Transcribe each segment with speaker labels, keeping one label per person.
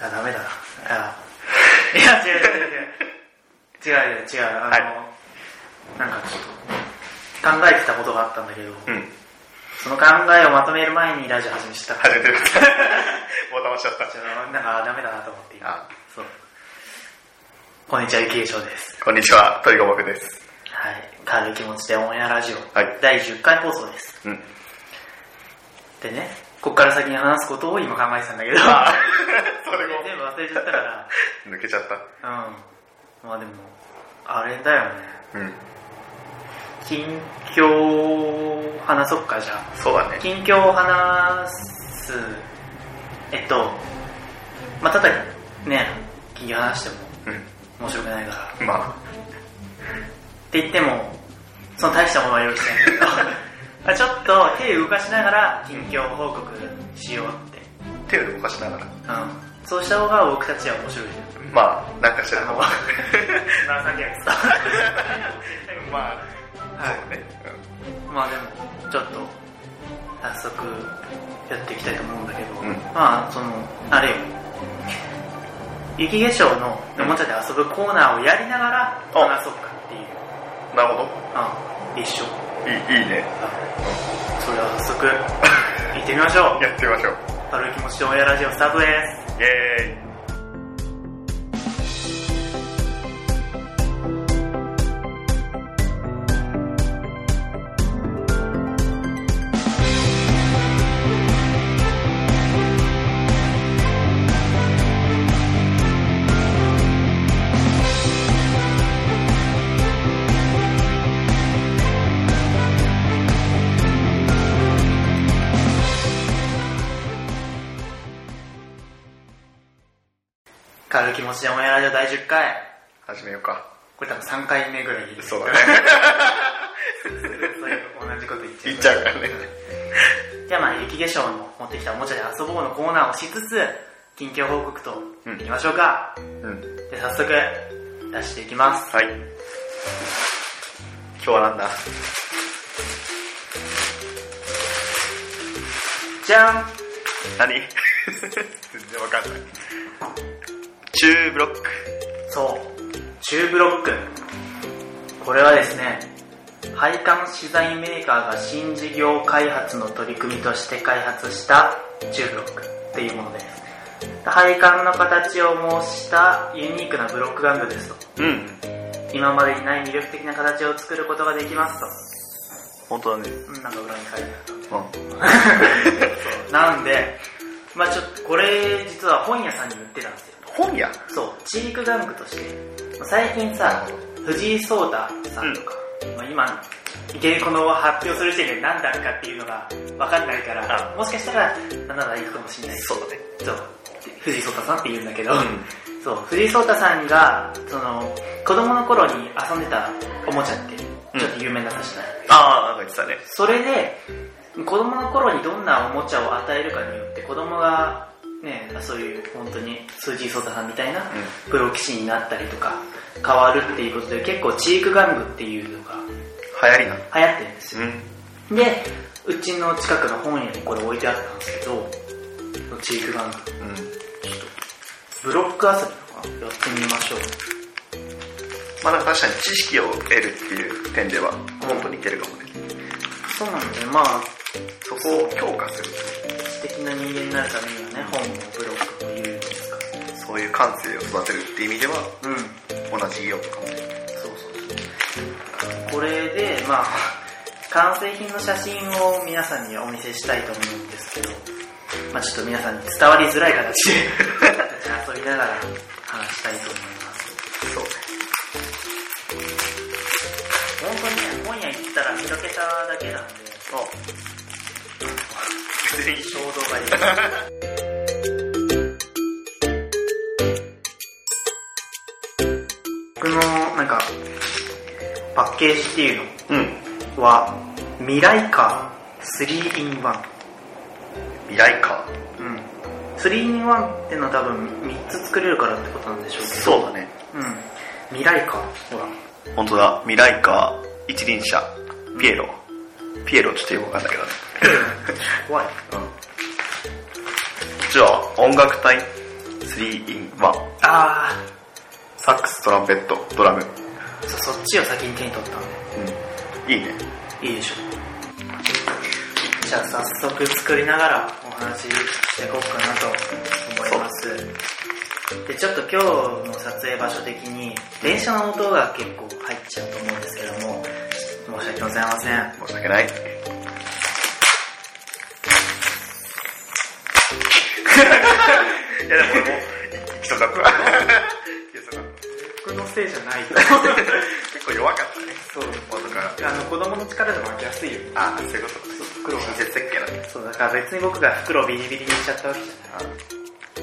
Speaker 1: あ、ダメだな。あいや、違う違う違う。違うよ違う。あの、
Speaker 2: はい
Speaker 1: なんかちょっと、考えてたことがあったんだけど、
Speaker 2: うん。
Speaker 1: その考えをまとめる前にラジオ始めしたから、
Speaker 2: 初めてだった。ボタン押しちゃった
Speaker 1: ち。ょっとなんかあダメだなと思って今
Speaker 2: あ
Speaker 1: そう。こんにちは、ゆきえしょうです。
Speaker 2: こんにちは、鳥五目です。
Speaker 1: はい。軽い気持ちでオンエアラジオ、
Speaker 2: はい
Speaker 1: 第10回放送です。
Speaker 2: うん。
Speaker 1: でね、こっから先に話すことを今考えてたんだけど、
Speaker 2: あそれも
Speaker 1: 全部忘れちゃったから、
Speaker 2: 抜けちゃった。
Speaker 1: うん。まあでも、あれだよね。
Speaker 2: うん。
Speaker 1: 近況を話そっか、じゃあ。
Speaker 2: そうだね。
Speaker 1: 近況を話す、えっと、まあただね、近況話しても
Speaker 2: う
Speaker 1: 面白くないから。っ
Speaker 2: ん。ま
Speaker 1: て言っても、その大したものは用意してないけど、 まあちょっと手を動かしながら近況報告しようって。
Speaker 2: あ、手を動かしながら。
Speaker 1: うん。そうした方が僕たちは面 白いじゃん。
Speaker 2: まあ、なんかして た方が。
Speaker 1: なさけ
Speaker 2: まあ、
Speaker 1: はい
Speaker 2: そうね。
Speaker 1: まあでもちょっと早速やっていきたいと思うんだけど、
Speaker 2: うん
Speaker 1: まあそのあれよ雪化粧のおもちゃで遊ぶコーナーをやりながら
Speaker 2: うん
Speaker 1: 話そうかっていう、
Speaker 2: うん。なるほ
Speaker 1: うん、一緒
Speaker 2: ど。いい、いいね。
Speaker 1: それでは早速行ってみましょう
Speaker 2: やってみましょう。
Speaker 1: 軽い気持ちで親ラジオスタートです
Speaker 2: イェーイ。
Speaker 1: 軽い気持ちで親ラジオ第10回
Speaker 2: 始めようか。
Speaker 1: これ多分3回目ぐらいに
Speaker 2: そうだね。
Speaker 1: そういう同じこと言っちゃう
Speaker 2: いっちゃうからね。
Speaker 1: じゃあまあ雪化粧の持ってきたおもちゃで遊ぼうのコーナーをしつつ近況報告と
Speaker 2: うん
Speaker 1: いきましょうか、
Speaker 2: うん。
Speaker 1: で早速出していきます
Speaker 2: はい。今日はなんだ
Speaker 1: じゃん
Speaker 2: 何全然わかんない。中ブロック。
Speaker 1: そう中ブロックこれはですね配管資材メーカーが新事業開発の取り組みとして開発した中ブロックっていうものです配管の形を模したユニークなブロック玩具ですと
Speaker 2: うん。
Speaker 1: 今までにない魅力的な形を作ることができます
Speaker 2: 本当だね。
Speaker 1: とうんなんか裏に書いてある
Speaker 2: うん。
Speaker 1: なんで、まあちょっとこれ実は本屋さんに売ってたんですよ。
Speaker 2: 本屋
Speaker 1: そう、チーク玩具として。最近さ、藤井聡太さんとか、まあ今、いきなりこの発表する時点で何だかっていうのが分かんないから、もしかしたら7段いくかもしれない。そうだね。そう、藤井聡太さんって言うんだけど、そう、藤井聡太さんが、その、子供の頃に遊んでたおもちゃって、ちょっと有名だったじゃない、
Speaker 2: ああ、なんか言ってたね。
Speaker 1: それで子供の頃にどんなおもちゃを与えるかによって子供がねそういう本当に藤井聡太さんみたいなプロ棋士になったりとか変わるっていうことで結構チーク玩具っていうのが
Speaker 2: 流行りな。
Speaker 1: 流行ってるんですよ
Speaker 2: ん。
Speaker 1: でうちの近くの本屋にこれ置いてあったんですけどそのチーク玩具
Speaker 2: うん。
Speaker 1: ブロック遊びとかやってみましょう
Speaker 2: まあなんか確かに知識を得るっていう点では、本当にいけるかもね。
Speaker 1: そうなんでまあ
Speaker 2: そこを強化する。
Speaker 1: 素敵な人間になるためにはね本をブロックというですか
Speaker 2: そういう感性を育てるっていう意味では、
Speaker 1: うん
Speaker 2: 同じよとかも。
Speaker 1: そうそうそうこれでまあ完成品の写真を皆さんにお見せしたいと思うんですけど、まあ、ちょっと皆さんに伝わりづらい形で私遊びながら話したいと思います
Speaker 2: そうね。
Speaker 1: 本当にね本屋行ったら見かけただけなんで
Speaker 2: 全員
Speaker 1: 衝動買いです 僕のなんかパッケージっていうの
Speaker 2: うん。
Speaker 1: は未来カー 3in1
Speaker 2: 未来か。
Speaker 1: うん、3in1 ってのは多分3つ作れるからってことなんでしょうけど
Speaker 2: そうだね。
Speaker 1: う、ん、未来カーほら
Speaker 2: 本当だ。未来か、一輪車、ピエロ。ピエロちょっとよくわかんないけどね。
Speaker 1: 怖い
Speaker 2: じゃあ、音楽隊、 3 in 1
Speaker 1: ああ
Speaker 2: サックストランペットドラム、
Speaker 1: そそっちを先に手に取ったんで
Speaker 2: うん、いいね
Speaker 1: いいでしょうじゃあ早速作りながらお話ししていこうかなと思いますでちょっと今日の撮影場所的に電車の音が結構入っちゃうと思うんですけども申し訳ございません
Speaker 2: 申し訳ないいやでも俺も行きそう だった行きそうだった
Speaker 1: 僕のせいじゃないと
Speaker 2: 結構弱かったね
Speaker 1: そう
Speaker 2: 音から
Speaker 1: あの子供の力でも開きやすいよね
Speaker 2: あそういうこと
Speaker 1: そう袋が
Speaker 2: 親切設計なんだ
Speaker 1: そうだから別に僕が袋をビリビリにしちゃったわけじゃ
Speaker 2: あ
Speaker 1: ない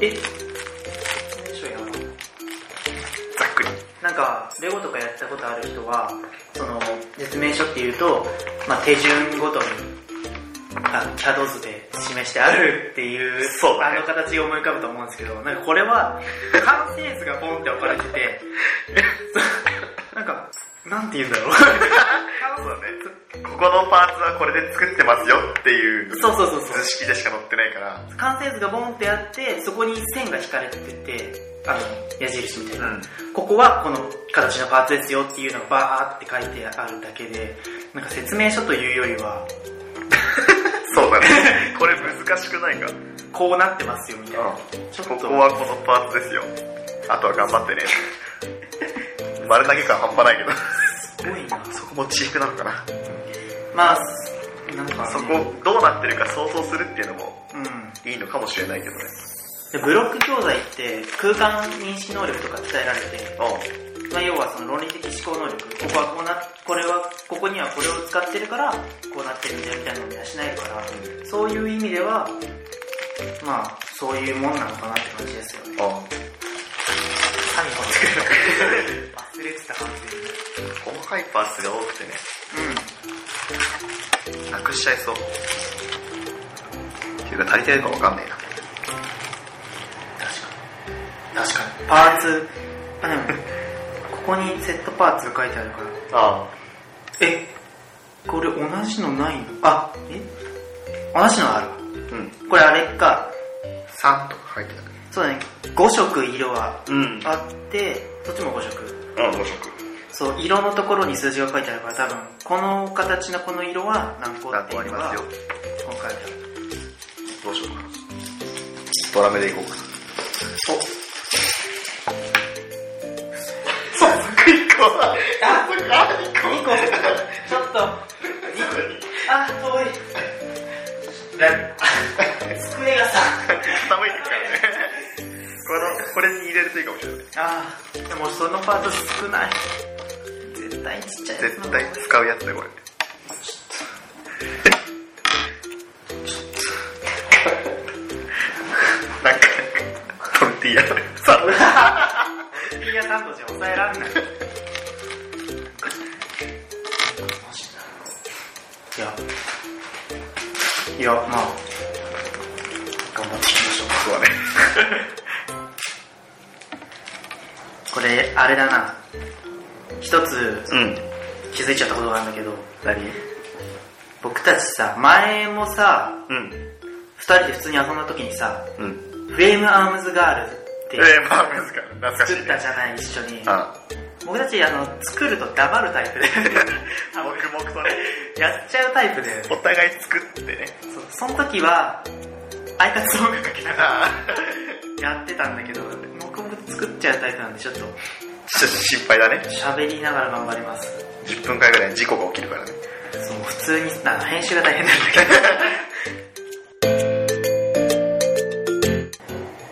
Speaker 1: え説明書やろう
Speaker 2: ざっくり
Speaker 1: なんか、レゴとかやったことある人は、その、説明書っていうと、まあ、手順ごとに、あの、CAD 図で示してあるっていう、
Speaker 2: そうだね
Speaker 1: あの形を思い浮かぶと思うんですけど、なんかこれは、完成図がポンって置かれてて、なんか、なんて言うんだろう。
Speaker 2: そうだねここのパーツはこれで作ってますよっていう
Speaker 1: そうそうそうそう
Speaker 2: 図。式でしか載ってないから
Speaker 1: 完成図がボンってあって、そこに線が引かれてて、あの、矢印みたいな。ここはこの形のパーツですよっていうのがバーって書いてあるだけで、なんか説明書というよりは、
Speaker 2: そうだね これ難しくないか
Speaker 1: こうなってますよみたいな。ちょっ、
Speaker 2: こことはこのパーツですよあとは頑張ってね丸投げ感半端ないけど
Speaker 1: すごいな。
Speaker 2: そこもチークなのかな、
Speaker 1: まあ、なんか、
Speaker 2: そこどうなってるか想像するっていうのも
Speaker 1: うん。
Speaker 2: いいのかもしれないけどね
Speaker 1: で、ブロック教材って空間認識能力とか伝えられて、
Speaker 2: う
Speaker 1: まあ、要はその論理的思考能力、ここはこうな、これは、ここにはこれを使ってるから、こうなってるんだよみたいなのを養えるから、そういう意味では、まあ、そういうもんなのかなって感じですよね。
Speaker 2: んうん
Speaker 1: 最後に 忘れてた感じ
Speaker 2: 細かいパーツが多くてね
Speaker 1: う、
Speaker 2: なくしちゃいそうっていうか足りてるかわかんないなん
Speaker 1: 確かに。確かに。パーツ、あ、でも、ここにセットパーツが書いてあるから、
Speaker 2: あ
Speaker 1: え、これ同じのないのあ、え同じのある。
Speaker 2: うん
Speaker 1: これあれか、
Speaker 2: 3とか入ってたね
Speaker 1: そうだね、5色色は
Speaker 2: うんうん
Speaker 1: あって、そっちも5色。
Speaker 2: 5色
Speaker 1: そう、色のところに数字が書いてあるから、多分、この形のこの色は何個
Speaker 2: 何
Speaker 1: って
Speaker 2: 個
Speaker 1: い
Speaker 2: あり
Speaker 1: うの
Speaker 2: ま
Speaker 1: が、
Speaker 2: すよ
Speaker 1: 今回だ。
Speaker 2: どうしようかなドラムでいこうか
Speaker 1: お、
Speaker 2: 早速1個だ
Speaker 1: あ
Speaker 2: 速1
Speaker 1: 2個ちょ っと、あ、遠い。机がさ、
Speaker 2: 寒いですからねこのこれに入れるといいかもしれない
Speaker 1: あーでもそのパート少ない。絶対にちっちゃいやつの
Speaker 2: 絶対使うやつだよこれなんかトルティーヤでさ
Speaker 1: ピーヤサンドじゃ抑えらんない。マジいや、いや、まあ、頑張っていきましょ
Speaker 2: そうだね
Speaker 1: う。これ、あれだな。一つ
Speaker 2: うん
Speaker 1: 気づいちゃったことがあるんだけど、
Speaker 2: 何
Speaker 1: 僕たちさ、前もさ、
Speaker 2: うん
Speaker 1: 二人で普通に遊んだ時にさ、
Speaker 2: うん
Speaker 1: フレームアームズガールって
Speaker 2: えー、まあ難しい懐かし
Speaker 1: 作
Speaker 2: い
Speaker 1: っ
Speaker 2: ね
Speaker 1: たじゃない、一緒に。
Speaker 2: あ
Speaker 1: 僕たち、あの、作ると黙るタイプで、
Speaker 2: あ黙々とね
Speaker 1: やっちゃうタイプで、
Speaker 2: お互い作ってね
Speaker 1: そうその時は、挨拶音楽かけなが
Speaker 2: あ
Speaker 1: らやってたんだけど、僕も作っちゃうタイプなんで、ちょっと
Speaker 2: あちょっと心配だね
Speaker 1: 喋りながら頑張ります。
Speaker 2: 10分間ぐらいに事故が起きるからね
Speaker 1: そう、普通に、あの、編集が大変なんだ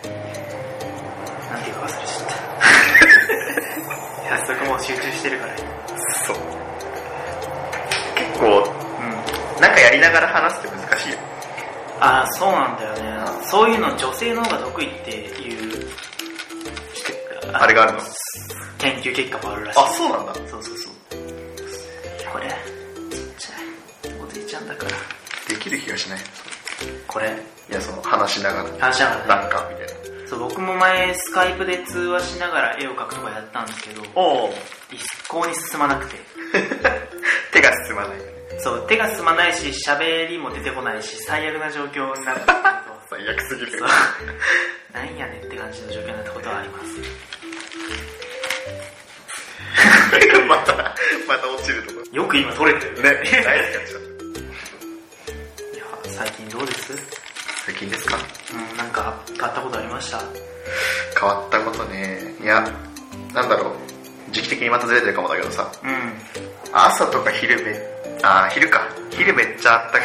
Speaker 1: けど。 なんていうか忘れちゃった。早 速もう集中してるから。
Speaker 2: そう結構
Speaker 1: うん。
Speaker 2: なんかやりながら話すって難しいよ
Speaker 1: ああ、そうなんだよね。そういうの女性の方が得意っていう、
Speaker 2: あれがあるの
Speaker 1: 研究結果もあるらしい。
Speaker 2: あそうなんだ
Speaker 1: そうそうそう。これ、ちっちゃい。おじいちゃんだから。
Speaker 2: できる気がしない
Speaker 1: これ、
Speaker 2: いやその話しなが
Speaker 1: 話しな
Speaker 2: ら
Speaker 1: が
Speaker 2: な
Speaker 1: ら
Speaker 2: ん
Speaker 1: ね。
Speaker 2: かみたいな
Speaker 1: そう、僕も前、スカイプで通話しながら絵を描くとかやったんですけど、
Speaker 2: おお
Speaker 1: 一向に進まなくて。
Speaker 2: 手が進まないよね
Speaker 1: そう、手が進まないし、喋りも出てこないし、最悪な状況になるんですけど
Speaker 2: 最悪すぎ る。
Speaker 1: なんやねんって感じの状況になったことはあります。
Speaker 2: また、また落ちるとこ。
Speaker 1: よく今取れてる
Speaker 2: ね、大好きになっちゃっ
Speaker 1: い
Speaker 2: た。
Speaker 1: や、最近どうです
Speaker 2: 最近ですか
Speaker 1: うん、なんか買ったことありました。
Speaker 2: 変わったことね。いや、なんだろう。時期的にまたずれてるかもだけどさ、
Speaker 1: うん。
Speaker 2: 朝とか昼め、あ、昼か。昼めっちゃ暖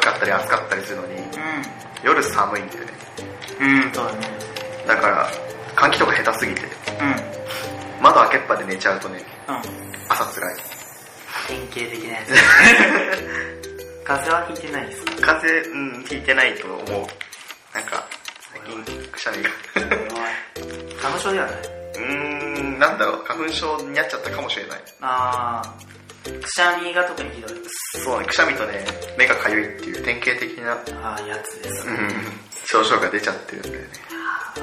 Speaker 2: かかったり暑かったりするのに、夜寒いんだよね。
Speaker 1: うん。うん、そうだね。
Speaker 2: だから、換気とか下手すぎて、
Speaker 1: うん。
Speaker 2: 窓開けっぱで寝ちゃうとね、
Speaker 1: うん。
Speaker 2: 朝辛い。
Speaker 1: 典型的なやつ。 風邪はひいてないですか
Speaker 2: 風邪、うん、ひいてないと思う。なんか、最近、くしゃみが。
Speaker 1: 花粉症ではない。
Speaker 2: うーん、なんだろう、花粉症になっちゃったかもしれない。
Speaker 1: あー、くしゃみが特にひどい。
Speaker 2: そうね、くしゃみとね、目がかゆいっていう典型的な、
Speaker 1: あー、やつです
Speaker 2: う。ん、症状が出ちゃってるんだよね。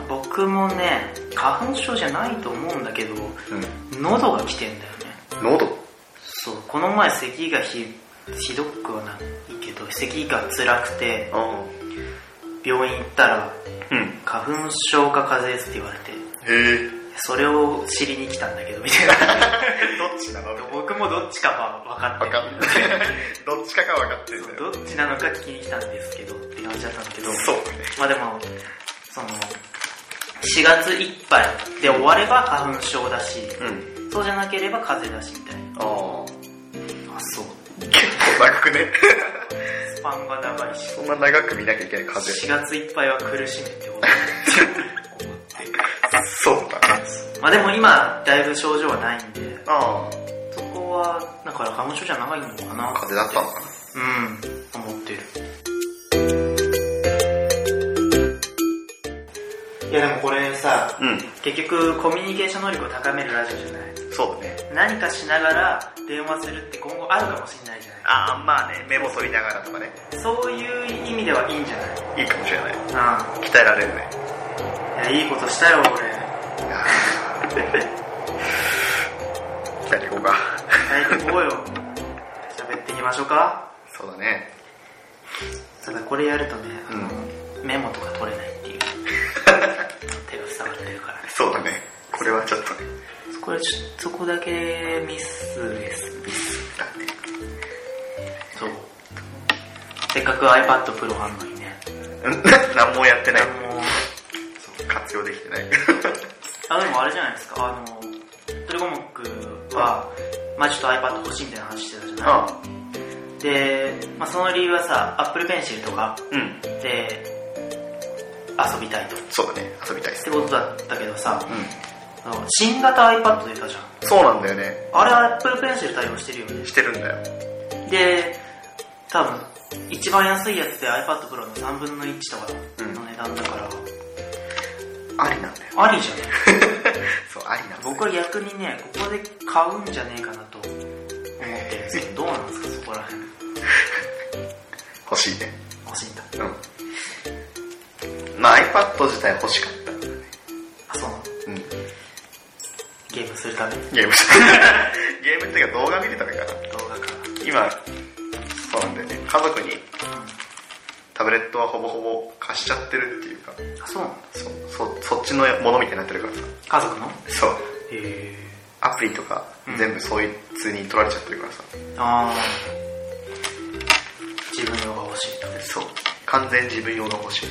Speaker 1: 僕もね、花粉症じゃないと思うんだけど、
Speaker 2: う
Speaker 1: 喉が来てんだよね。
Speaker 2: ん。喉
Speaker 1: そう、この前咳がひ、ひどくはないけど、咳が辛くて、
Speaker 2: あ
Speaker 1: 病院行ったら、
Speaker 2: うん。
Speaker 1: 花粉症か風邪ですって言われて、
Speaker 2: へえ。
Speaker 1: それを知りに来たんだけど、みたい な。
Speaker 2: どっちなのわ
Speaker 1: 僕もどっちかは分か って
Speaker 2: かんない。どっちかが分かってるんだよ。
Speaker 1: どっちなのか聞きに来たんですけどって感じだったんだけど、
Speaker 2: そうね。
Speaker 1: まあでも、その、4月いっぱいで終われば花粉症だし、
Speaker 2: うん。
Speaker 1: そうじゃなければ風邪だしみたい
Speaker 2: ああ。
Speaker 1: な。あ、そう。
Speaker 2: 結構長くね。
Speaker 1: スパンが長いし、
Speaker 2: そんな長く見なきゃいけない風邪。
Speaker 1: 4月いっぱいは苦しむってことだなって思っ
Speaker 2: そうだな。
Speaker 1: て。まあでも今、だいぶ症状はないんで、
Speaker 2: ああ。
Speaker 1: そこは、だから花粉症じゃないのかな。
Speaker 2: 風邪だったのかな。
Speaker 1: うん、思ってる。いやでもこれさ、
Speaker 2: うん。
Speaker 1: 結局コミュニケーション能力を高めるラジオじゃない
Speaker 2: そうだね。
Speaker 1: 何かしながら電話するって今後あるかもしれないじゃな
Speaker 2: ああ、まあね、目も剃りながらとかね、
Speaker 1: いそういう意味ではいいんじゃ
Speaker 2: いいかもしれない。
Speaker 1: ない
Speaker 2: 鍛えられるね。
Speaker 1: うんいやいいことしたよ俺
Speaker 2: 鍛えていこうか。
Speaker 1: 大てこうよ喋っていきましょうか
Speaker 2: そうだね。
Speaker 1: ただこれやるとね、あのメモとか取れない っていう手が塞がってるからね
Speaker 2: そうだね。これはちょっとね。
Speaker 1: そこれちょそこだけミスですミス
Speaker 2: だね
Speaker 1: そうせっかく iPad Pro あんのにね
Speaker 2: うん何もやってない。
Speaker 1: もう
Speaker 2: そう活用できてない。
Speaker 1: あ、でもあれじゃないですか、あの、トリコモックは、まあちょっと iPad 欲しいみたいな話してたじゃな
Speaker 2: あ
Speaker 1: いで、まあその理由はさ、Apple Pencil とか
Speaker 2: うん。
Speaker 1: で遊びたいと。っ
Speaker 2: そうだね。遊びたいです。
Speaker 1: てことだったけどさ、
Speaker 2: うん。
Speaker 1: あの新型 iPad 出たじゃん。
Speaker 2: そうなんだよね。
Speaker 1: あれ Apple Pencil 対応してるよね。
Speaker 2: してるんだよ。
Speaker 1: で、多分、一番安いやつで iPad Pro の3分の1とかの値段だから、
Speaker 2: ありなんだよ。
Speaker 1: ありじゃね
Speaker 2: そう、ありなんだよ。
Speaker 1: 僕は逆にね、ここで買うんじゃねえかなと思ってるんですけど、どうなんですか、そこら辺。
Speaker 2: 欲しいね。
Speaker 1: 欲しいんだ。
Speaker 2: うん。まあ iPad 自体欲しかった。
Speaker 1: あ、そうなの
Speaker 2: うん。
Speaker 1: ゲームするために
Speaker 2: ゲームゲームっていうか動画見るためかな。
Speaker 1: 動画か。
Speaker 2: 今、そうなんだよね。家族にタブレットはほぼほぼ貸しちゃってるっていうか、
Speaker 1: あ、そうなの
Speaker 2: そそそっちのものみたいになってるからさ。
Speaker 1: 家族のへ
Speaker 2: そう。
Speaker 1: え。
Speaker 2: アプリとか
Speaker 1: うん
Speaker 2: 全部そいつに取られちゃってるからさ。
Speaker 1: あー。自分用が欲しいと。
Speaker 2: そう。完全自分用の欲しい。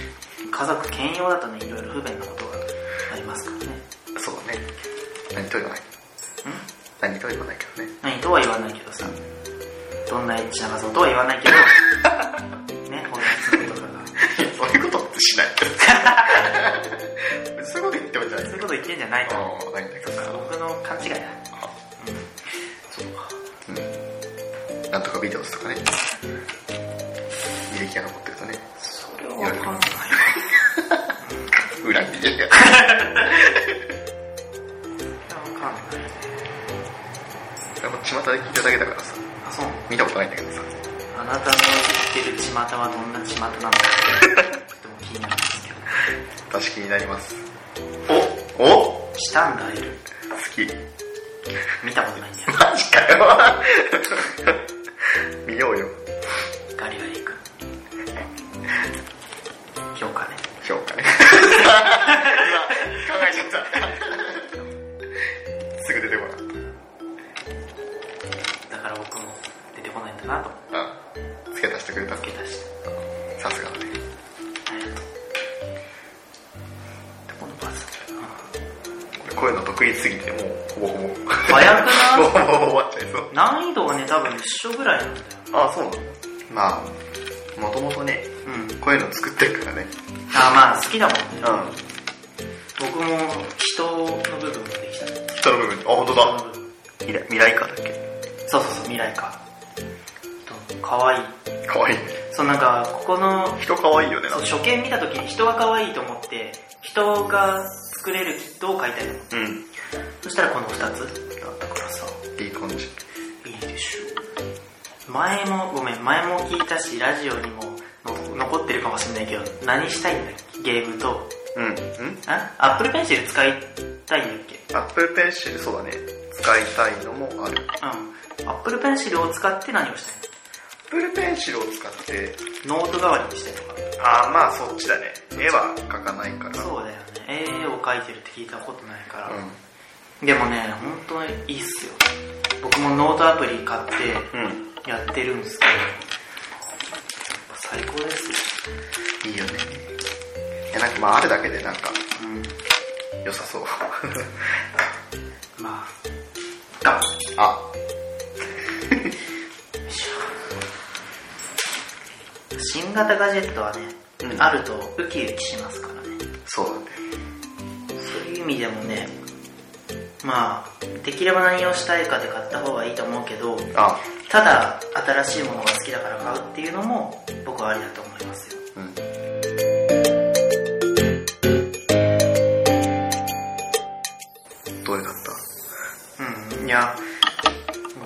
Speaker 1: 家族兼用だとね、いろいろ不便なことがありますからね。
Speaker 2: そうだね。何とは言わない。何とは言わないけどね。
Speaker 1: 何とは言わないけどさ。どんなエッチな画像とは言わないけど、 ね、本質のことだから。
Speaker 2: そういうことってしない。 そういうこと言ってもじゃない
Speaker 1: そういうこと言ってんじゃないと。
Speaker 2: ああ、ないんだけどさ。
Speaker 1: 僕の勘違いだ。
Speaker 2: そうか。うん。なんとかビデオズとかね。履歴が残ってるとね。
Speaker 1: それはわかんない。
Speaker 2: 裏切りが。
Speaker 1: わかんない。
Speaker 2: でも巷で聞いただけだからさ。
Speaker 1: あ、そうなの
Speaker 2: 見たことないんだけどさ。
Speaker 1: あなたの生きてる巷はどんな巷なのか、とても気になるんですけど。
Speaker 2: 確かになります。おお好
Speaker 1: したんだ、いる。
Speaker 2: き。
Speaker 1: 見たことないんだよ。
Speaker 2: マジかよ。見ようよ。
Speaker 1: ガリガリ君。評価ね。
Speaker 2: 考えちゃった。すぐ出てこなかっ
Speaker 1: だから僕も出てこないんだなと
Speaker 2: た。あ、付け足してくれた。
Speaker 1: 付け足して
Speaker 2: さすがだ
Speaker 1: あ
Speaker 2: ね。
Speaker 1: りがとうでこのパス
Speaker 2: 俺こういうの得意すぎて、もうほぼほぼ。
Speaker 1: 早くない
Speaker 2: もうほぼほぼ終わっちゃいそう。
Speaker 1: 難易度はね多分一緒ぐらいなんだよ
Speaker 2: あ、そうなのまあ、もともとね、
Speaker 1: うん
Speaker 2: こういうの作ってるからね。
Speaker 1: あまあ好きだもんね
Speaker 2: う
Speaker 1: 僕も人の部分もできた
Speaker 2: ん。人の部分。あ、本当
Speaker 1: 人
Speaker 2: だ。
Speaker 1: の部分
Speaker 2: 未来、未来かだっけ。
Speaker 1: そうそうそう未来かとかわいい
Speaker 2: かわいいね。
Speaker 1: そうなんかここの
Speaker 2: 人かわいいよね、な
Speaker 1: そ
Speaker 2: ん
Speaker 1: う
Speaker 2: か。
Speaker 1: 初見見た時に人が可愛いと思って人が作れるキットを買いたいの
Speaker 2: うん。
Speaker 1: そしたらこの2つだったからさ
Speaker 2: いい感じ。
Speaker 1: いいでしょ前もごめん前も聞いたしラジオにもの残ってるかもしれないけど何したいんだっけゲームと
Speaker 2: うん。うん
Speaker 1: あアップルペンシル使いたいんだっけ
Speaker 2: アップルペンシル、そうだね。使いたいのもある。
Speaker 1: うんアップルペンシルを使って何をしたい
Speaker 2: アップルペンシルを使って、
Speaker 1: のノート代わりにしたいとか
Speaker 2: あーまあそっちだね。絵は描かないから。
Speaker 1: そうだよね絵を描いてるって聞いたことないから、
Speaker 2: う
Speaker 1: でもね、本当にいいっすよ。僕もノートアプリ買っ
Speaker 2: ん。うん。
Speaker 1: てやってるんですけど、最高ですよ。
Speaker 2: いいよね。いや、なんかまああるだけでなんか
Speaker 1: うん。
Speaker 2: 良さそう。
Speaker 1: まあ、が、
Speaker 2: あ、
Speaker 1: 新型ガジェットはね、
Speaker 2: うん
Speaker 1: あるとウキウキしますからね。
Speaker 2: そうだね。
Speaker 1: そういう意味でもね、まあ、できれば何をしたいかで買った方がいいと思うけど、
Speaker 2: あ、
Speaker 1: ただ新しいものが好きだから買うっていうのも僕はありだと思いますよ。
Speaker 2: うん。どれだっ
Speaker 1: うん、いや、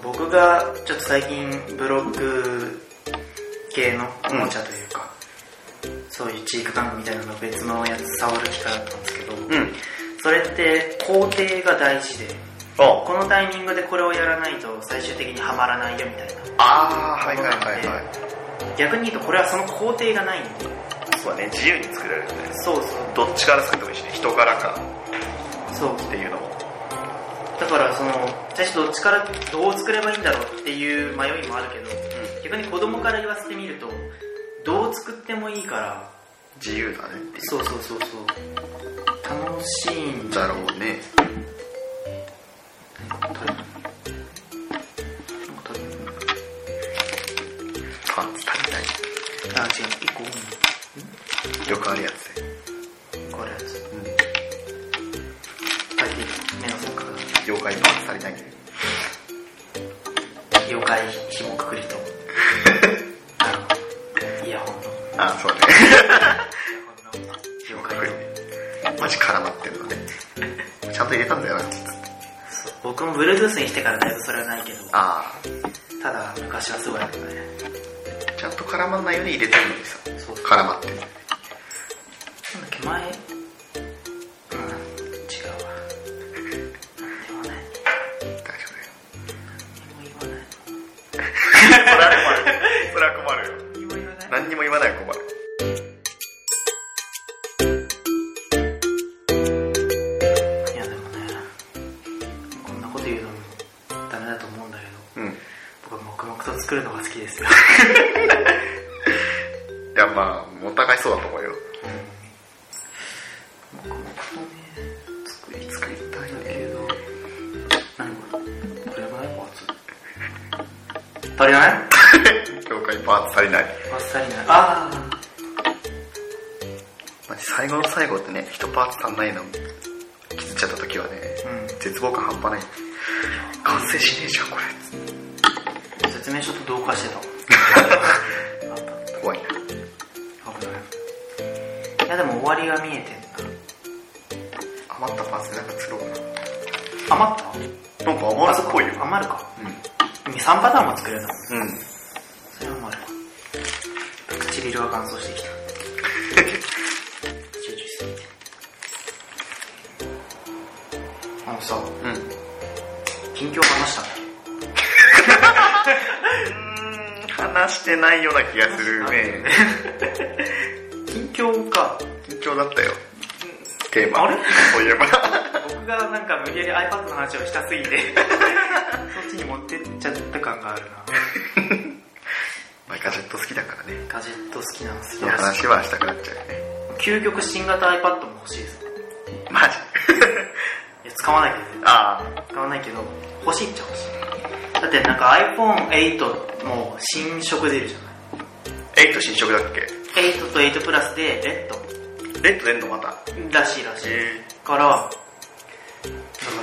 Speaker 1: 僕がちょっと最近ブロック系のおもちゃというか、そういうチーク玩具みたいなの別のやつ触る機会だったんですけど、
Speaker 2: たうん。
Speaker 1: それって工程が大事で、
Speaker 2: あ、
Speaker 1: このタイミングでこれをやらないと最終的にはまらないよみたいな。
Speaker 2: あーはいはいはいは
Speaker 1: 逆に言うとこれはその工程がないんで。
Speaker 2: い。そうだね、自由に作れるんです。
Speaker 1: そうそう。
Speaker 2: どっちから作ってもいいしね、人からか
Speaker 1: そう。
Speaker 2: っていうのも。
Speaker 1: だからその、最初どっちからどう作ればいいんだろうっていう迷いもあるけど、
Speaker 2: うん。
Speaker 1: 逆に子供から言わせてみるとどう作ってもいいから
Speaker 2: 自由だねっていう。
Speaker 1: そうそうそうそう楽しいん
Speaker 2: だろうね。
Speaker 1: 撮れなんか撮れ
Speaker 2: パンツ足りない。
Speaker 1: あ違う一個多
Speaker 2: よくあるやつで、
Speaker 1: いのこれやつ
Speaker 2: うん、
Speaker 1: 書いて目の底から
Speaker 2: 妖怪パンツ足りない
Speaker 1: 妖怪ひもく くりとあのイヤホンの
Speaker 2: あそうね
Speaker 1: イヤホンの
Speaker 2: か
Speaker 1: 妖怪の
Speaker 2: マジ絡まってるのねちゃんと入れたんだよな
Speaker 1: そう僕も Bluetooth にしてからだいぶそれはないけど
Speaker 2: あ
Speaker 1: ただ昔はすごいあったね
Speaker 2: あちゃんと絡まんないように入れてるのにさ
Speaker 1: そう
Speaker 2: 絡まってる
Speaker 1: なんだっけ前うん違うわなんでもない
Speaker 2: 大丈
Speaker 1: 何も言わない
Speaker 2: 夫だよそれは困るそれは困るよ
Speaker 1: 何も言わない
Speaker 2: 何にも言わない困る
Speaker 1: いやでもねこんなこと言うのもダメだと思うんだけど
Speaker 2: うん
Speaker 1: 僕は黙々と作るのが好きですよ
Speaker 2: いやまあお互いそうだと思うよ
Speaker 1: 黙々とね作り作りたいんだけど何これこれやばないパーツ足りない
Speaker 2: 妖怪パンツ足りない
Speaker 1: あっさりないああ
Speaker 2: マジ最後の最後ってね一パーツ足んないの気づっちゃった時はね
Speaker 1: うん
Speaker 2: 絶望感半端ない完成しねえじゃんこれ
Speaker 1: 説明書と同化してたわあった
Speaker 2: 怖いな
Speaker 1: 危ないいやでも終わりが見えてん
Speaker 2: 余ったパーツなんか釣ろうか
Speaker 1: な余った
Speaker 2: ななんか余るっぽいよ
Speaker 1: 余るか
Speaker 2: うん
Speaker 1: 3パターンも作れるの
Speaker 2: うん。
Speaker 1: それはもうあれか唇が乾燥してきた集中しすぎてあのさ
Speaker 2: うん。
Speaker 1: 近況話したね
Speaker 2: 話してないような気がするね。
Speaker 1: 近況か
Speaker 2: 緊張だったよ。テーマ。
Speaker 1: あれ
Speaker 2: そういえば。
Speaker 1: 僕がなんか無理やり iPad の話をしたすぎて、そっちに持ってっちゃった感があるな。
Speaker 2: まあ、ガジェット好きだからね。
Speaker 1: ガジェット好きなんです
Speaker 2: その話はしたくなっちゃうよね。
Speaker 1: 究極新型 iPad も欲しいです。
Speaker 2: マジ
Speaker 1: いや、使わないけど、絶対
Speaker 2: あ
Speaker 1: 使わないけど、欲しいっちゃ欲しい。だってなんか iPhone8 も新色出るじゃない。
Speaker 2: あ、8新色だっけ
Speaker 1: 8と8プラスでレッ
Speaker 2: レッド出んのまた。
Speaker 1: ドらしいらしい。から、だから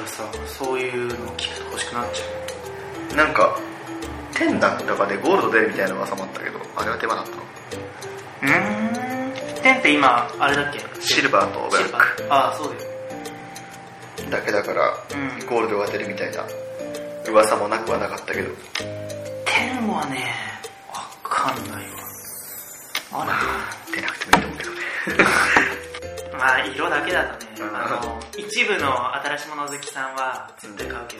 Speaker 1: さ、そういうのを聞くと欲しくなっちゃう。
Speaker 2: なんか、テンダンとかでゴールド出るみたいな噂もあったけど、あれは手放だったの
Speaker 1: うーん。テンって今、あれだっけ
Speaker 2: シルバーとブラ
Speaker 1: シル
Speaker 2: ッ
Speaker 1: バー。ああ、そうです。
Speaker 2: クだけだから、
Speaker 1: うん
Speaker 2: ゴールドが出るみたいな噂もなくはなかったけど、
Speaker 1: 天はね、わかんないわ。あ
Speaker 2: 出なくてもいいと思うけどね。
Speaker 1: ら、まあ色だけだとね、
Speaker 2: うん
Speaker 1: あの、一部の新しいもの好きさんは絶対買うけ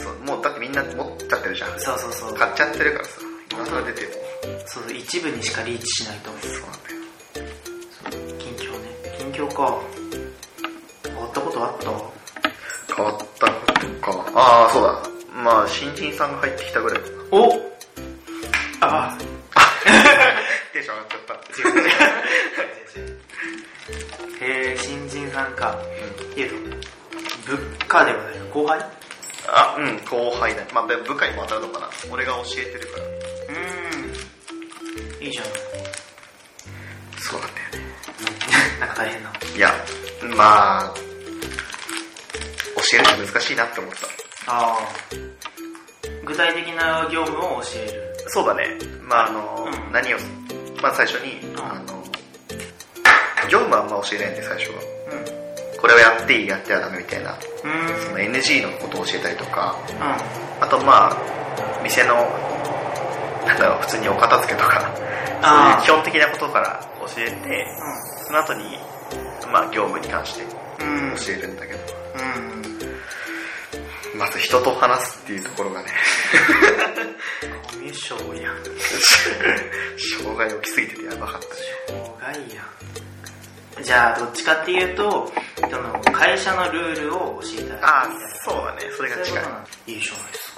Speaker 1: ど、
Speaker 2: そう、もうだってみんな持っちゃってるじゃん。
Speaker 1: そうそうそう、
Speaker 2: 買っちゃってるからさ、今更出ても。
Speaker 1: そう一部にしかリーチしないと思う。
Speaker 2: そうなんだよ。
Speaker 1: 近況ね。近況か。変わったことあった
Speaker 2: 変わったことか。ああ、そうだ。まあ、新人さんが入ってきたぐらいかな。
Speaker 1: おああ、
Speaker 2: テンション上がっちゃった。
Speaker 1: えー、新人さんか。けど、物価ではない後輩
Speaker 2: あ、うん、後輩だ。まあ、でも部下にも当たるのかな。俺が教えてるから。
Speaker 1: うん。 いいじゃん。
Speaker 2: そうなんだよね。
Speaker 1: なんか大変な。
Speaker 2: いや、まあ、教えるって難しいなって思った。
Speaker 1: ああ。具体的な業務を教える。
Speaker 2: そうだね。まあ、あの、
Speaker 1: うん
Speaker 2: 何を、まあ最初に、
Speaker 1: ん
Speaker 2: あの、業務はあんま教えないんで、最初は。
Speaker 1: うん。
Speaker 2: これをやっていい、やってはダメみたいな、
Speaker 1: うー
Speaker 2: そ
Speaker 1: ん。
Speaker 2: の NG のことを教えたりとか、
Speaker 1: うん。
Speaker 2: あとまあ、店の、なんだろう、普通にお片付けとか、そうい
Speaker 1: あ
Speaker 2: う
Speaker 1: ー
Speaker 2: 基本的なことから教えて、その後に、まあ業務に関して
Speaker 1: うん。
Speaker 2: 教えるんだけど、
Speaker 1: うん。
Speaker 2: まず人と話すっていうところがね、
Speaker 1: コミュ障やん。
Speaker 2: 障害起きすぎててやばかったね。
Speaker 1: 障害やん。じゃあ、どっちかっていうと、その、会社のルールを教えたい。
Speaker 2: ああ、そうだね、それが
Speaker 1: そういうこ
Speaker 2: 近い
Speaker 1: と。なんだいいじゃないです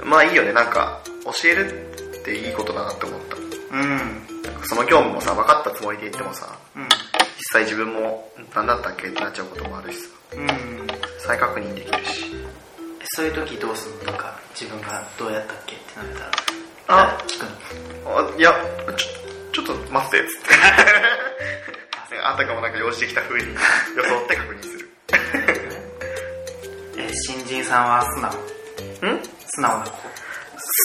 Speaker 1: か。
Speaker 2: まあいいよね、なんか、教えるっていいことだなって思った。
Speaker 1: うん。
Speaker 2: なんかその業務もさ、分かったつもりで言ってもさ、
Speaker 1: う
Speaker 2: 実際自分も何だったっけってなっちゃうこともあるしさ、
Speaker 1: ん。うん。
Speaker 2: 再確認できるし。
Speaker 1: そういう時どうすんのとか、自分がどうやったっけってなったら、
Speaker 2: あ
Speaker 1: 聞くの。
Speaker 2: あいや、ちょ、ちょっと待って、つって。 あたかもなんか用意してきた風に装って確認する。
Speaker 1: えー、新人さんは素直。
Speaker 2: ん
Speaker 1: 素直な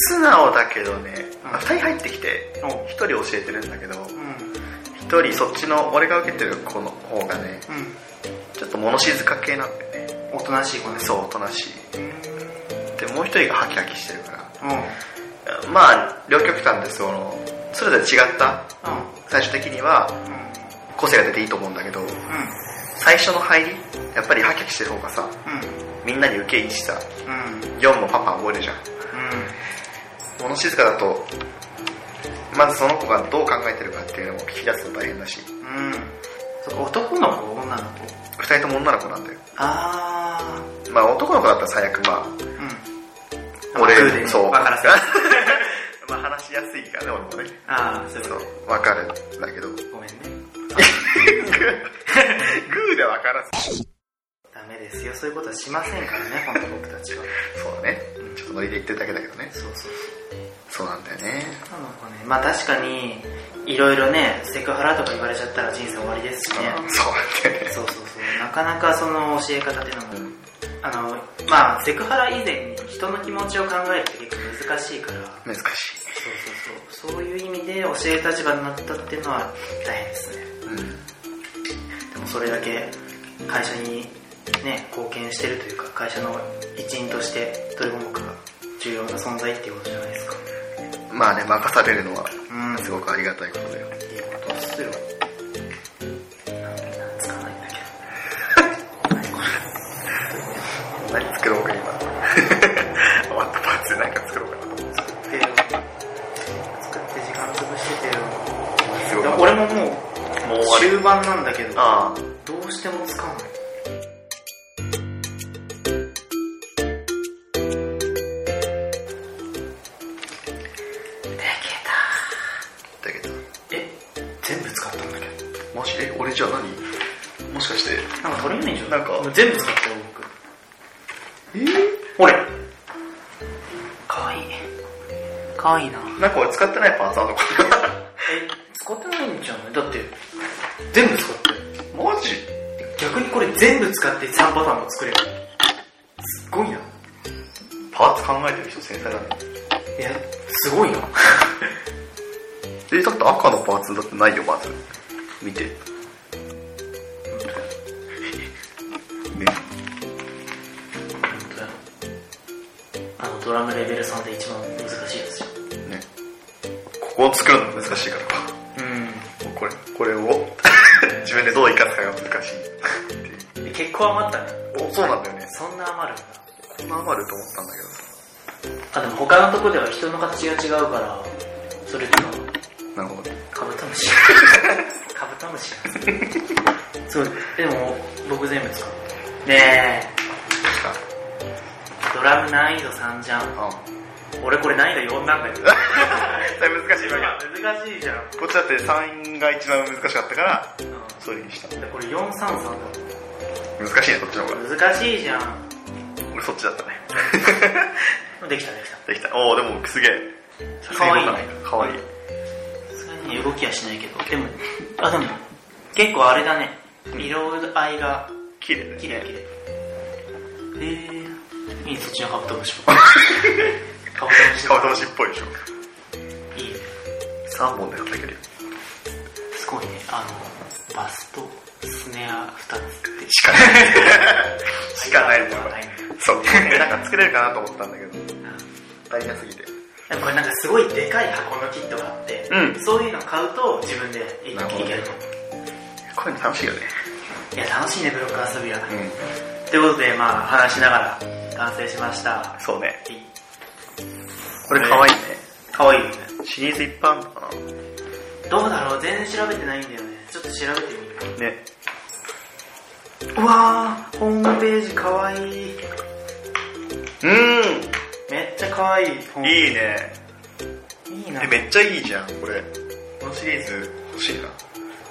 Speaker 2: 素直だけどね、
Speaker 1: うん
Speaker 2: 2人入ってきて、
Speaker 1: 子。お
Speaker 2: 1人教えてるんだけど、
Speaker 1: うん。
Speaker 2: 1人そっちの俺が受けてる子の方がね、
Speaker 1: う
Speaker 2: ちょっと物静か系なんだよね。
Speaker 1: ん。おとなしい子ね。
Speaker 2: そう、おとなしい。
Speaker 1: う。うん。
Speaker 2: で、もう1人がハキハキしてるから。まあ、両極端でその、それぞれ違った、
Speaker 1: うん。
Speaker 2: 最終的には
Speaker 1: うん。
Speaker 2: 個性が出ていいと思うんだけど、
Speaker 1: うん。うん。うん。
Speaker 2: 最初の入り、やっぱりハキハキしてる方がさ、みんなに受けいいしさ、業務もパンパン覚えるじゃん。物静かだと、まずその子がどう考えてるかっていうのも聞き出すの大変だし、
Speaker 1: うん。そう男の子女の子
Speaker 2: 二人とも女の子なんだよ。
Speaker 1: あ
Speaker 2: まあ男の子だったら最悪
Speaker 1: ー。
Speaker 2: ま
Speaker 1: う
Speaker 2: あ、
Speaker 1: ん。
Speaker 2: 俺
Speaker 1: クール、に
Speaker 2: そう。
Speaker 1: わからせ
Speaker 2: まあ話しやすいからね、俺もね。
Speaker 1: あー、そういう
Speaker 2: そ
Speaker 1: こ
Speaker 2: う、わかるんだけど。グ
Speaker 1: と。ごめんね。
Speaker 2: ーでわからず。
Speaker 1: ダメですよ。そういうことはしませんからね、本当僕たちは。
Speaker 2: そうだね。ちょっとノリで言ってるだけだけどね。
Speaker 1: そうそう。
Speaker 2: そうなんだよね。
Speaker 1: 女の子ね。まあ確かに、いろいろね、セクハラとか言われちゃったら人生終わりですしね。
Speaker 2: そうなんだよね。
Speaker 1: そうそうそう。なかなかその教え方っていうのも、
Speaker 2: うん
Speaker 1: あの、まあセクハラ以前に人の気持ちを考えるって結構難しいから。
Speaker 2: 難し
Speaker 1: そうそうそう。そういう意味で教える立場になったっていうのは大変ですね。
Speaker 2: い。うん。
Speaker 1: でもそれだけ会社にね、貢献してるというか、会社の一員として、一人僕が重要な存在っていうことじゃないですか。
Speaker 2: まあね、任されるのは、
Speaker 1: うん。
Speaker 2: すごくありがたいことだよ。
Speaker 1: いいことっすよ。なんかつかないんだけど。何こ
Speaker 2: 何作ろうか、今。 終わったパーツで何か作ろうかなと思って。
Speaker 1: れ作ってよ。作って時間潰しててよ。
Speaker 2: すごい。
Speaker 1: 俺もも
Speaker 2: もう
Speaker 1: う
Speaker 2: 終わり。
Speaker 1: 終盤なんだけど、
Speaker 2: ああ。どうしてもつかない
Speaker 1: でき
Speaker 2: だけ
Speaker 1: た
Speaker 2: ど
Speaker 1: え
Speaker 2: 全部使ったんだけどマジえ俺じゃあ何もしかして
Speaker 1: なんか取れないんじゃん
Speaker 2: なんか
Speaker 1: 全部使ったよ僕
Speaker 2: え
Speaker 1: ほれかわいいかわいいな
Speaker 2: なんか俺使ってないパーツあるのか
Speaker 1: え使ってないんじゃないだって全部使って
Speaker 2: な マジ
Speaker 1: 逆にこれ全部使って3パターンも作れるすっごいな
Speaker 2: パーツ考えてる人繊細だね
Speaker 1: いやすごいな
Speaker 2: えだって赤のパーツだってないよまず見 てね
Speaker 1: 本当だあのドラムレベル3で一番難しいやつじ
Speaker 2: ねここを作るの難しいから
Speaker 1: ゃん
Speaker 2: もうこれこれを 自分でどう生かすかが難しい
Speaker 1: うんで結構余ったね
Speaker 2: おそうなんだよね
Speaker 1: そんな余るんだ
Speaker 2: こんな余ると思ったんだけどさ
Speaker 1: あでも他のとこでは人の形が違うからそれってのは
Speaker 2: なるほど
Speaker 1: カブトム シカブトムシだそうでも僕全部使うね
Speaker 2: 来
Speaker 1: えドラム難易度3じゃん
Speaker 2: たあ
Speaker 1: 俺これ難易度4なんだよ
Speaker 2: それ難しいわ
Speaker 1: 難しいじゃん、
Speaker 2: けこっちだって3が一番難しかったから
Speaker 1: う
Speaker 2: それにした
Speaker 1: ん、でこれ433だ
Speaker 2: 難しいねそっちの方が
Speaker 1: 難しいじゃん
Speaker 2: 俺そっちだったね
Speaker 1: できたできた
Speaker 2: できたおおでもすげえ
Speaker 1: かわいいね
Speaker 2: かわいい
Speaker 1: さすがにね動きはしないけどでもあでも結構あれだね
Speaker 2: うん
Speaker 1: 色合いが
Speaker 2: 綺麗だね
Speaker 1: 綺麗綺麗えー、いいねそっちのカブトムシ カブト
Speaker 2: カ
Speaker 1: ム
Speaker 2: ブトムシっぽいでしょ
Speaker 1: シいいね
Speaker 2: 3本で叩けるよ
Speaker 1: すごいねあのバスとスネア2つって
Speaker 2: しかない しかないんだ
Speaker 1: のが
Speaker 2: よこ
Speaker 1: ない
Speaker 2: れ
Speaker 1: んだ
Speaker 2: そうなんか作れるかなと思ったんだけど足りなすぎて
Speaker 1: でもこれなんかすごいでかい箱のキットがあって、
Speaker 2: うん
Speaker 1: そういうの買うと自分で一
Speaker 2: なる
Speaker 1: 気
Speaker 2: ほ
Speaker 1: に
Speaker 2: ど
Speaker 1: いけると
Speaker 2: こういうの楽しいよね
Speaker 1: いや楽しいねブロック遊びは、
Speaker 2: うん
Speaker 1: ということでまあ話しながら完成しましたは
Speaker 2: そうね
Speaker 1: い
Speaker 2: これ可愛いね
Speaker 1: かわいいよね
Speaker 2: シリーズいっぱいあるのかな
Speaker 1: どうだろう全然調べてないんだよねちょっと調べてみる
Speaker 2: ね
Speaker 1: うわーホームページかわいいめっちゃかわいいホー
Speaker 2: う
Speaker 1: ム
Speaker 2: んいいね
Speaker 1: いいな
Speaker 2: えめっちゃいいじゃんこれこのシリーズ欲しい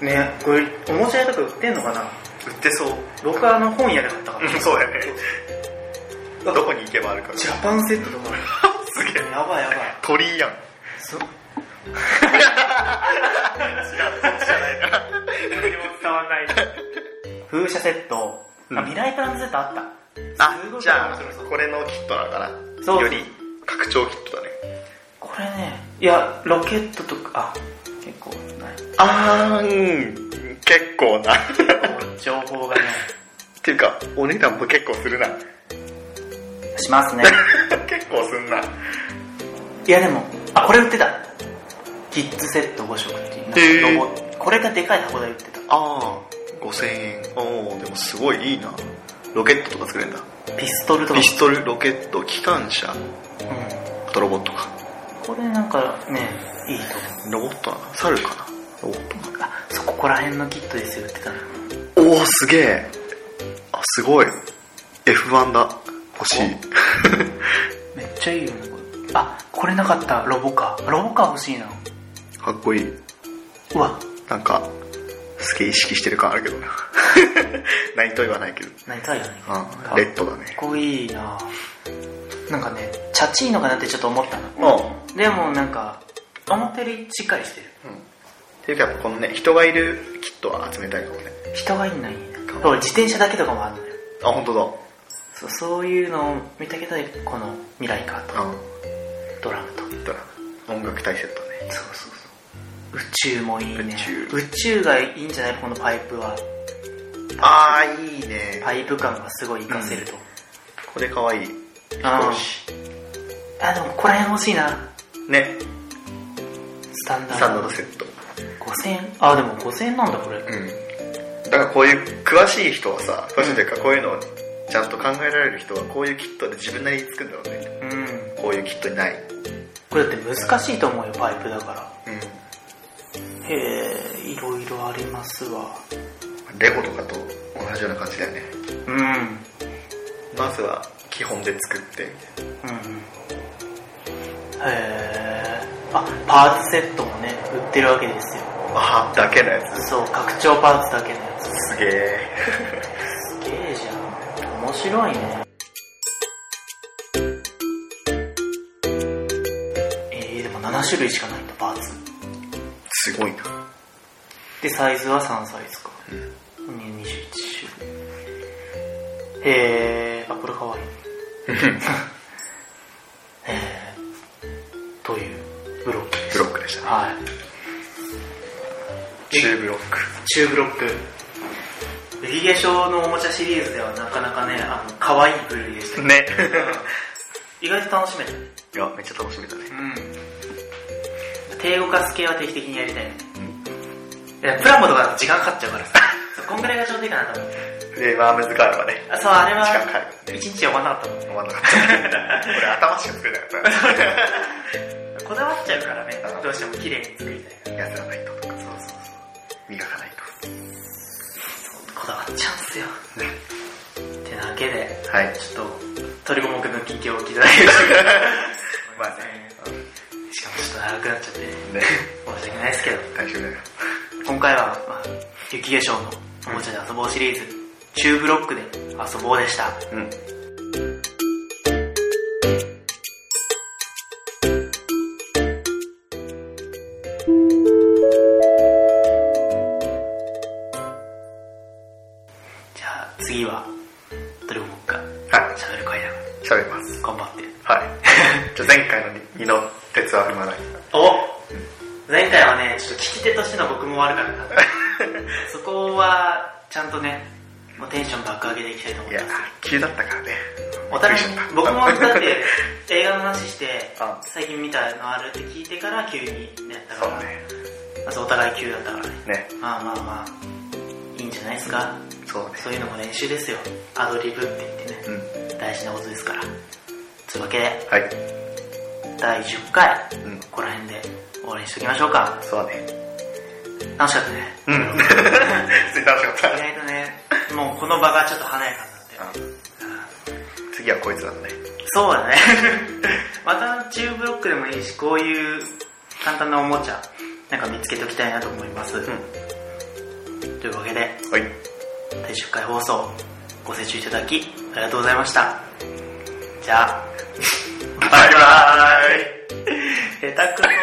Speaker 2: な
Speaker 1: ねこれおもちゃ屋とか売ってんのかな
Speaker 2: 売ってそう
Speaker 1: 僕はあの本屋で買ったから
Speaker 2: そうやねどこに行けばあるか
Speaker 1: ジ
Speaker 2: ら
Speaker 1: ャパンセットとか ある
Speaker 2: すげえ
Speaker 1: やばいやばい
Speaker 2: 鳥居やん
Speaker 1: そ
Speaker 2: 知らないな
Speaker 1: 伝わんない風車セット、
Speaker 2: うん
Speaker 1: あ未来プランズセットあった
Speaker 2: あ
Speaker 1: すごい
Speaker 2: じゃあ
Speaker 1: 面白そう
Speaker 2: これのキットだから
Speaker 1: そう
Speaker 2: より拡張キットだね
Speaker 1: これねいやロケットとかあ結構ない
Speaker 2: あーん結構な っ
Speaker 1: 情報がね
Speaker 2: ていうかお値段も結構するな
Speaker 1: します ね
Speaker 2: 結構すんない
Speaker 1: やでもあこれ売ってたキッズセット5色っていう
Speaker 2: へー
Speaker 1: なんかロゴこれがでかい箱で売ってた
Speaker 2: あー5000円おおでもすごいいいなロケットとか作れるんだ
Speaker 1: ピストルとか
Speaker 2: ピストルロケット機関車
Speaker 1: うん
Speaker 2: あとロボットか
Speaker 1: これなんかねいいと
Speaker 2: ロボットなの猿かなロボットなの
Speaker 1: 思うあそここら辺のキットですよ売ってたの
Speaker 2: おおすげえあすごい F1 だ欲しい
Speaker 1: めっちゃいいよねこれあこれなかったロボカーロボカー欲しいな
Speaker 2: かっこいいう
Speaker 1: わ
Speaker 2: なんかすげえ意識してる感あるけどな 何とは言わないけど
Speaker 1: 何かいよね
Speaker 2: あレッドだ
Speaker 1: か
Speaker 2: ね
Speaker 1: っこいいななんかねチャチいのかなってちょっと思ったの
Speaker 2: うん
Speaker 1: でもなんか思ったよりしっかりしてる
Speaker 2: っていうかやっぱこのね人がいるキットは集めたいかもね
Speaker 1: 人がいんのにそう自転車だけとかもあるのよ
Speaker 2: あ本当だ
Speaker 1: そうそういうのを見たけどこの未来カーと
Speaker 2: あ
Speaker 1: ドラムと
Speaker 2: だから音楽大セットね
Speaker 1: そうそうそう宇宙もいいね
Speaker 2: 宇宙
Speaker 1: 宇宙がいいんじゃないこのパイプは
Speaker 2: ああいいね
Speaker 1: パイプ感がすごい活かせると、
Speaker 2: これかわいい
Speaker 1: あ
Speaker 2: よし
Speaker 1: あでもここら辺欲しいな
Speaker 2: ね
Speaker 1: スタンダ
Speaker 2: サンド
Speaker 1: ード
Speaker 2: のセット
Speaker 1: 5000円あでも5000円なんだこれ、
Speaker 2: うんだからこういう詳しい人はさ詳しいというかこういうのをちゃんと考えられる人はこういうキットで自分なりに作るんだろうね
Speaker 1: うん
Speaker 2: こういうキットにない
Speaker 1: これだって難しいと思うよパイプだから
Speaker 2: うん
Speaker 1: へえいろいろありますわ
Speaker 2: レゴとかと同じような感じだよね
Speaker 1: うんうん
Speaker 2: まずは基本で作って
Speaker 1: へえあパーツセットもね売ってるわけですよ
Speaker 2: あだけのやつ
Speaker 1: そう拡張パーツだけのやつ
Speaker 2: すげえ
Speaker 1: すげえじゃん面白いねえー、でも7種類しかないんだパーツ
Speaker 2: すごいな
Speaker 1: でサイズは3サイズか、ね21種類へえあこれかわいい えー、というブロック
Speaker 2: ブロックでしたね
Speaker 1: はい
Speaker 2: 中ブロック
Speaker 1: 中ブロック売り化粧のおもちゃシリーズではなかなかねあの可愛い部類でしたけど
Speaker 2: ね
Speaker 1: 意外と楽しめた
Speaker 2: いやめっちゃ楽しみだね
Speaker 1: うん低語化系は定期的にやりたいねいやプラモとかだと時間かかっちゃうからさ そうこんぐらいがちょうどいいかなと思って
Speaker 2: フレーバー難しいわ ね
Speaker 1: あそうあれは
Speaker 2: 時間かかるからね
Speaker 1: 一日終わんなかったもん
Speaker 2: 思わなかった俺頭しか作れなかっ
Speaker 1: こだわっちゃうからねどうしても綺麗に作りたいか
Speaker 2: たやらないととかそうそうそう磨かない
Speaker 1: らこだわっちゃうんすよ
Speaker 2: とね
Speaker 1: ってだけで
Speaker 2: はい
Speaker 1: ちょっと鳥五目の近況を聞いただける
Speaker 2: まあね
Speaker 1: しかもちょっと長くなっちゃって
Speaker 2: ね
Speaker 1: 申し訳ないですけど
Speaker 2: 大丈夫だよ
Speaker 1: 今回は、まあ、雪化粧のおもちゃで遊ぼうシリーズ、中ブロックで遊ぼうでした。
Speaker 2: うん
Speaker 1: じゃあ次は、どれも僕が
Speaker 2: はい
Speaker 1: 喋る会だか
Speaker 2: 喋ります
Speaker 1: ら頑張って。
Speaker 2: はいじ ゃあ前回の二の鉄は踏まない
Speaker 1: お前回はね、ちょっと聞き手としての僕も悪か った。そこは、ちゃんとね、もうテンション爆上げでいきたいと思
Speaker 2: い
Speaker 1: い
Speaker 2: や
Speaker 1: ます。
Speaker 2: 急だったからね
Speaker 1: お互いに
Speaker 2: びっくりしちゃった
Speaker 1: 僕もだ って映画の話して
Speaker 2: あ、
Speaker 1: 最近見たのあるって聞いてから急にねやった
Speaker 2: そ
Speaker 1: か
Speaker 2: う
Speaker 1: ら、
Speaker 2: ね
Speaker 1: まずお互い急だったからね。
Speaker 2: ね
Speaker 1: まあまあまあ、いいんじゃないですか。
Speaker 2: そうね
Speaker 1: そういうのも練習ですよ。アドリブって言って
Speaker 2: う
Speaker 1: ね、
Speaker 2: ん
Speaker 1: 大事なことですから。つうわけで、
Speaker 2: はい
Speaker 1: 第10回、
Speaker 2: うん
Speaker 1: ここら辺で終わりにしときましょうか。
Speaker 2: そうね
Speaker 1: 楽しかったね。
Speaker 2: うん 普通に楽しかった
Speaker 1: 意外とね、もうこの場がちょっと華やかになって。
Speaker 2: あ次はこいつだね
Speaker 1: そうだね。 また中ブロックでもいいし、こういう簡単なおもちゃ、なんか見つけておきたいなと思います。というわけで、
Speaker 2: はい
Speaker 1: 第10回放送、ご清聴いただき、ありがとうございました。じゃあ、
Speaker 2: バイバー イ
Speaker 1: 下手くそ。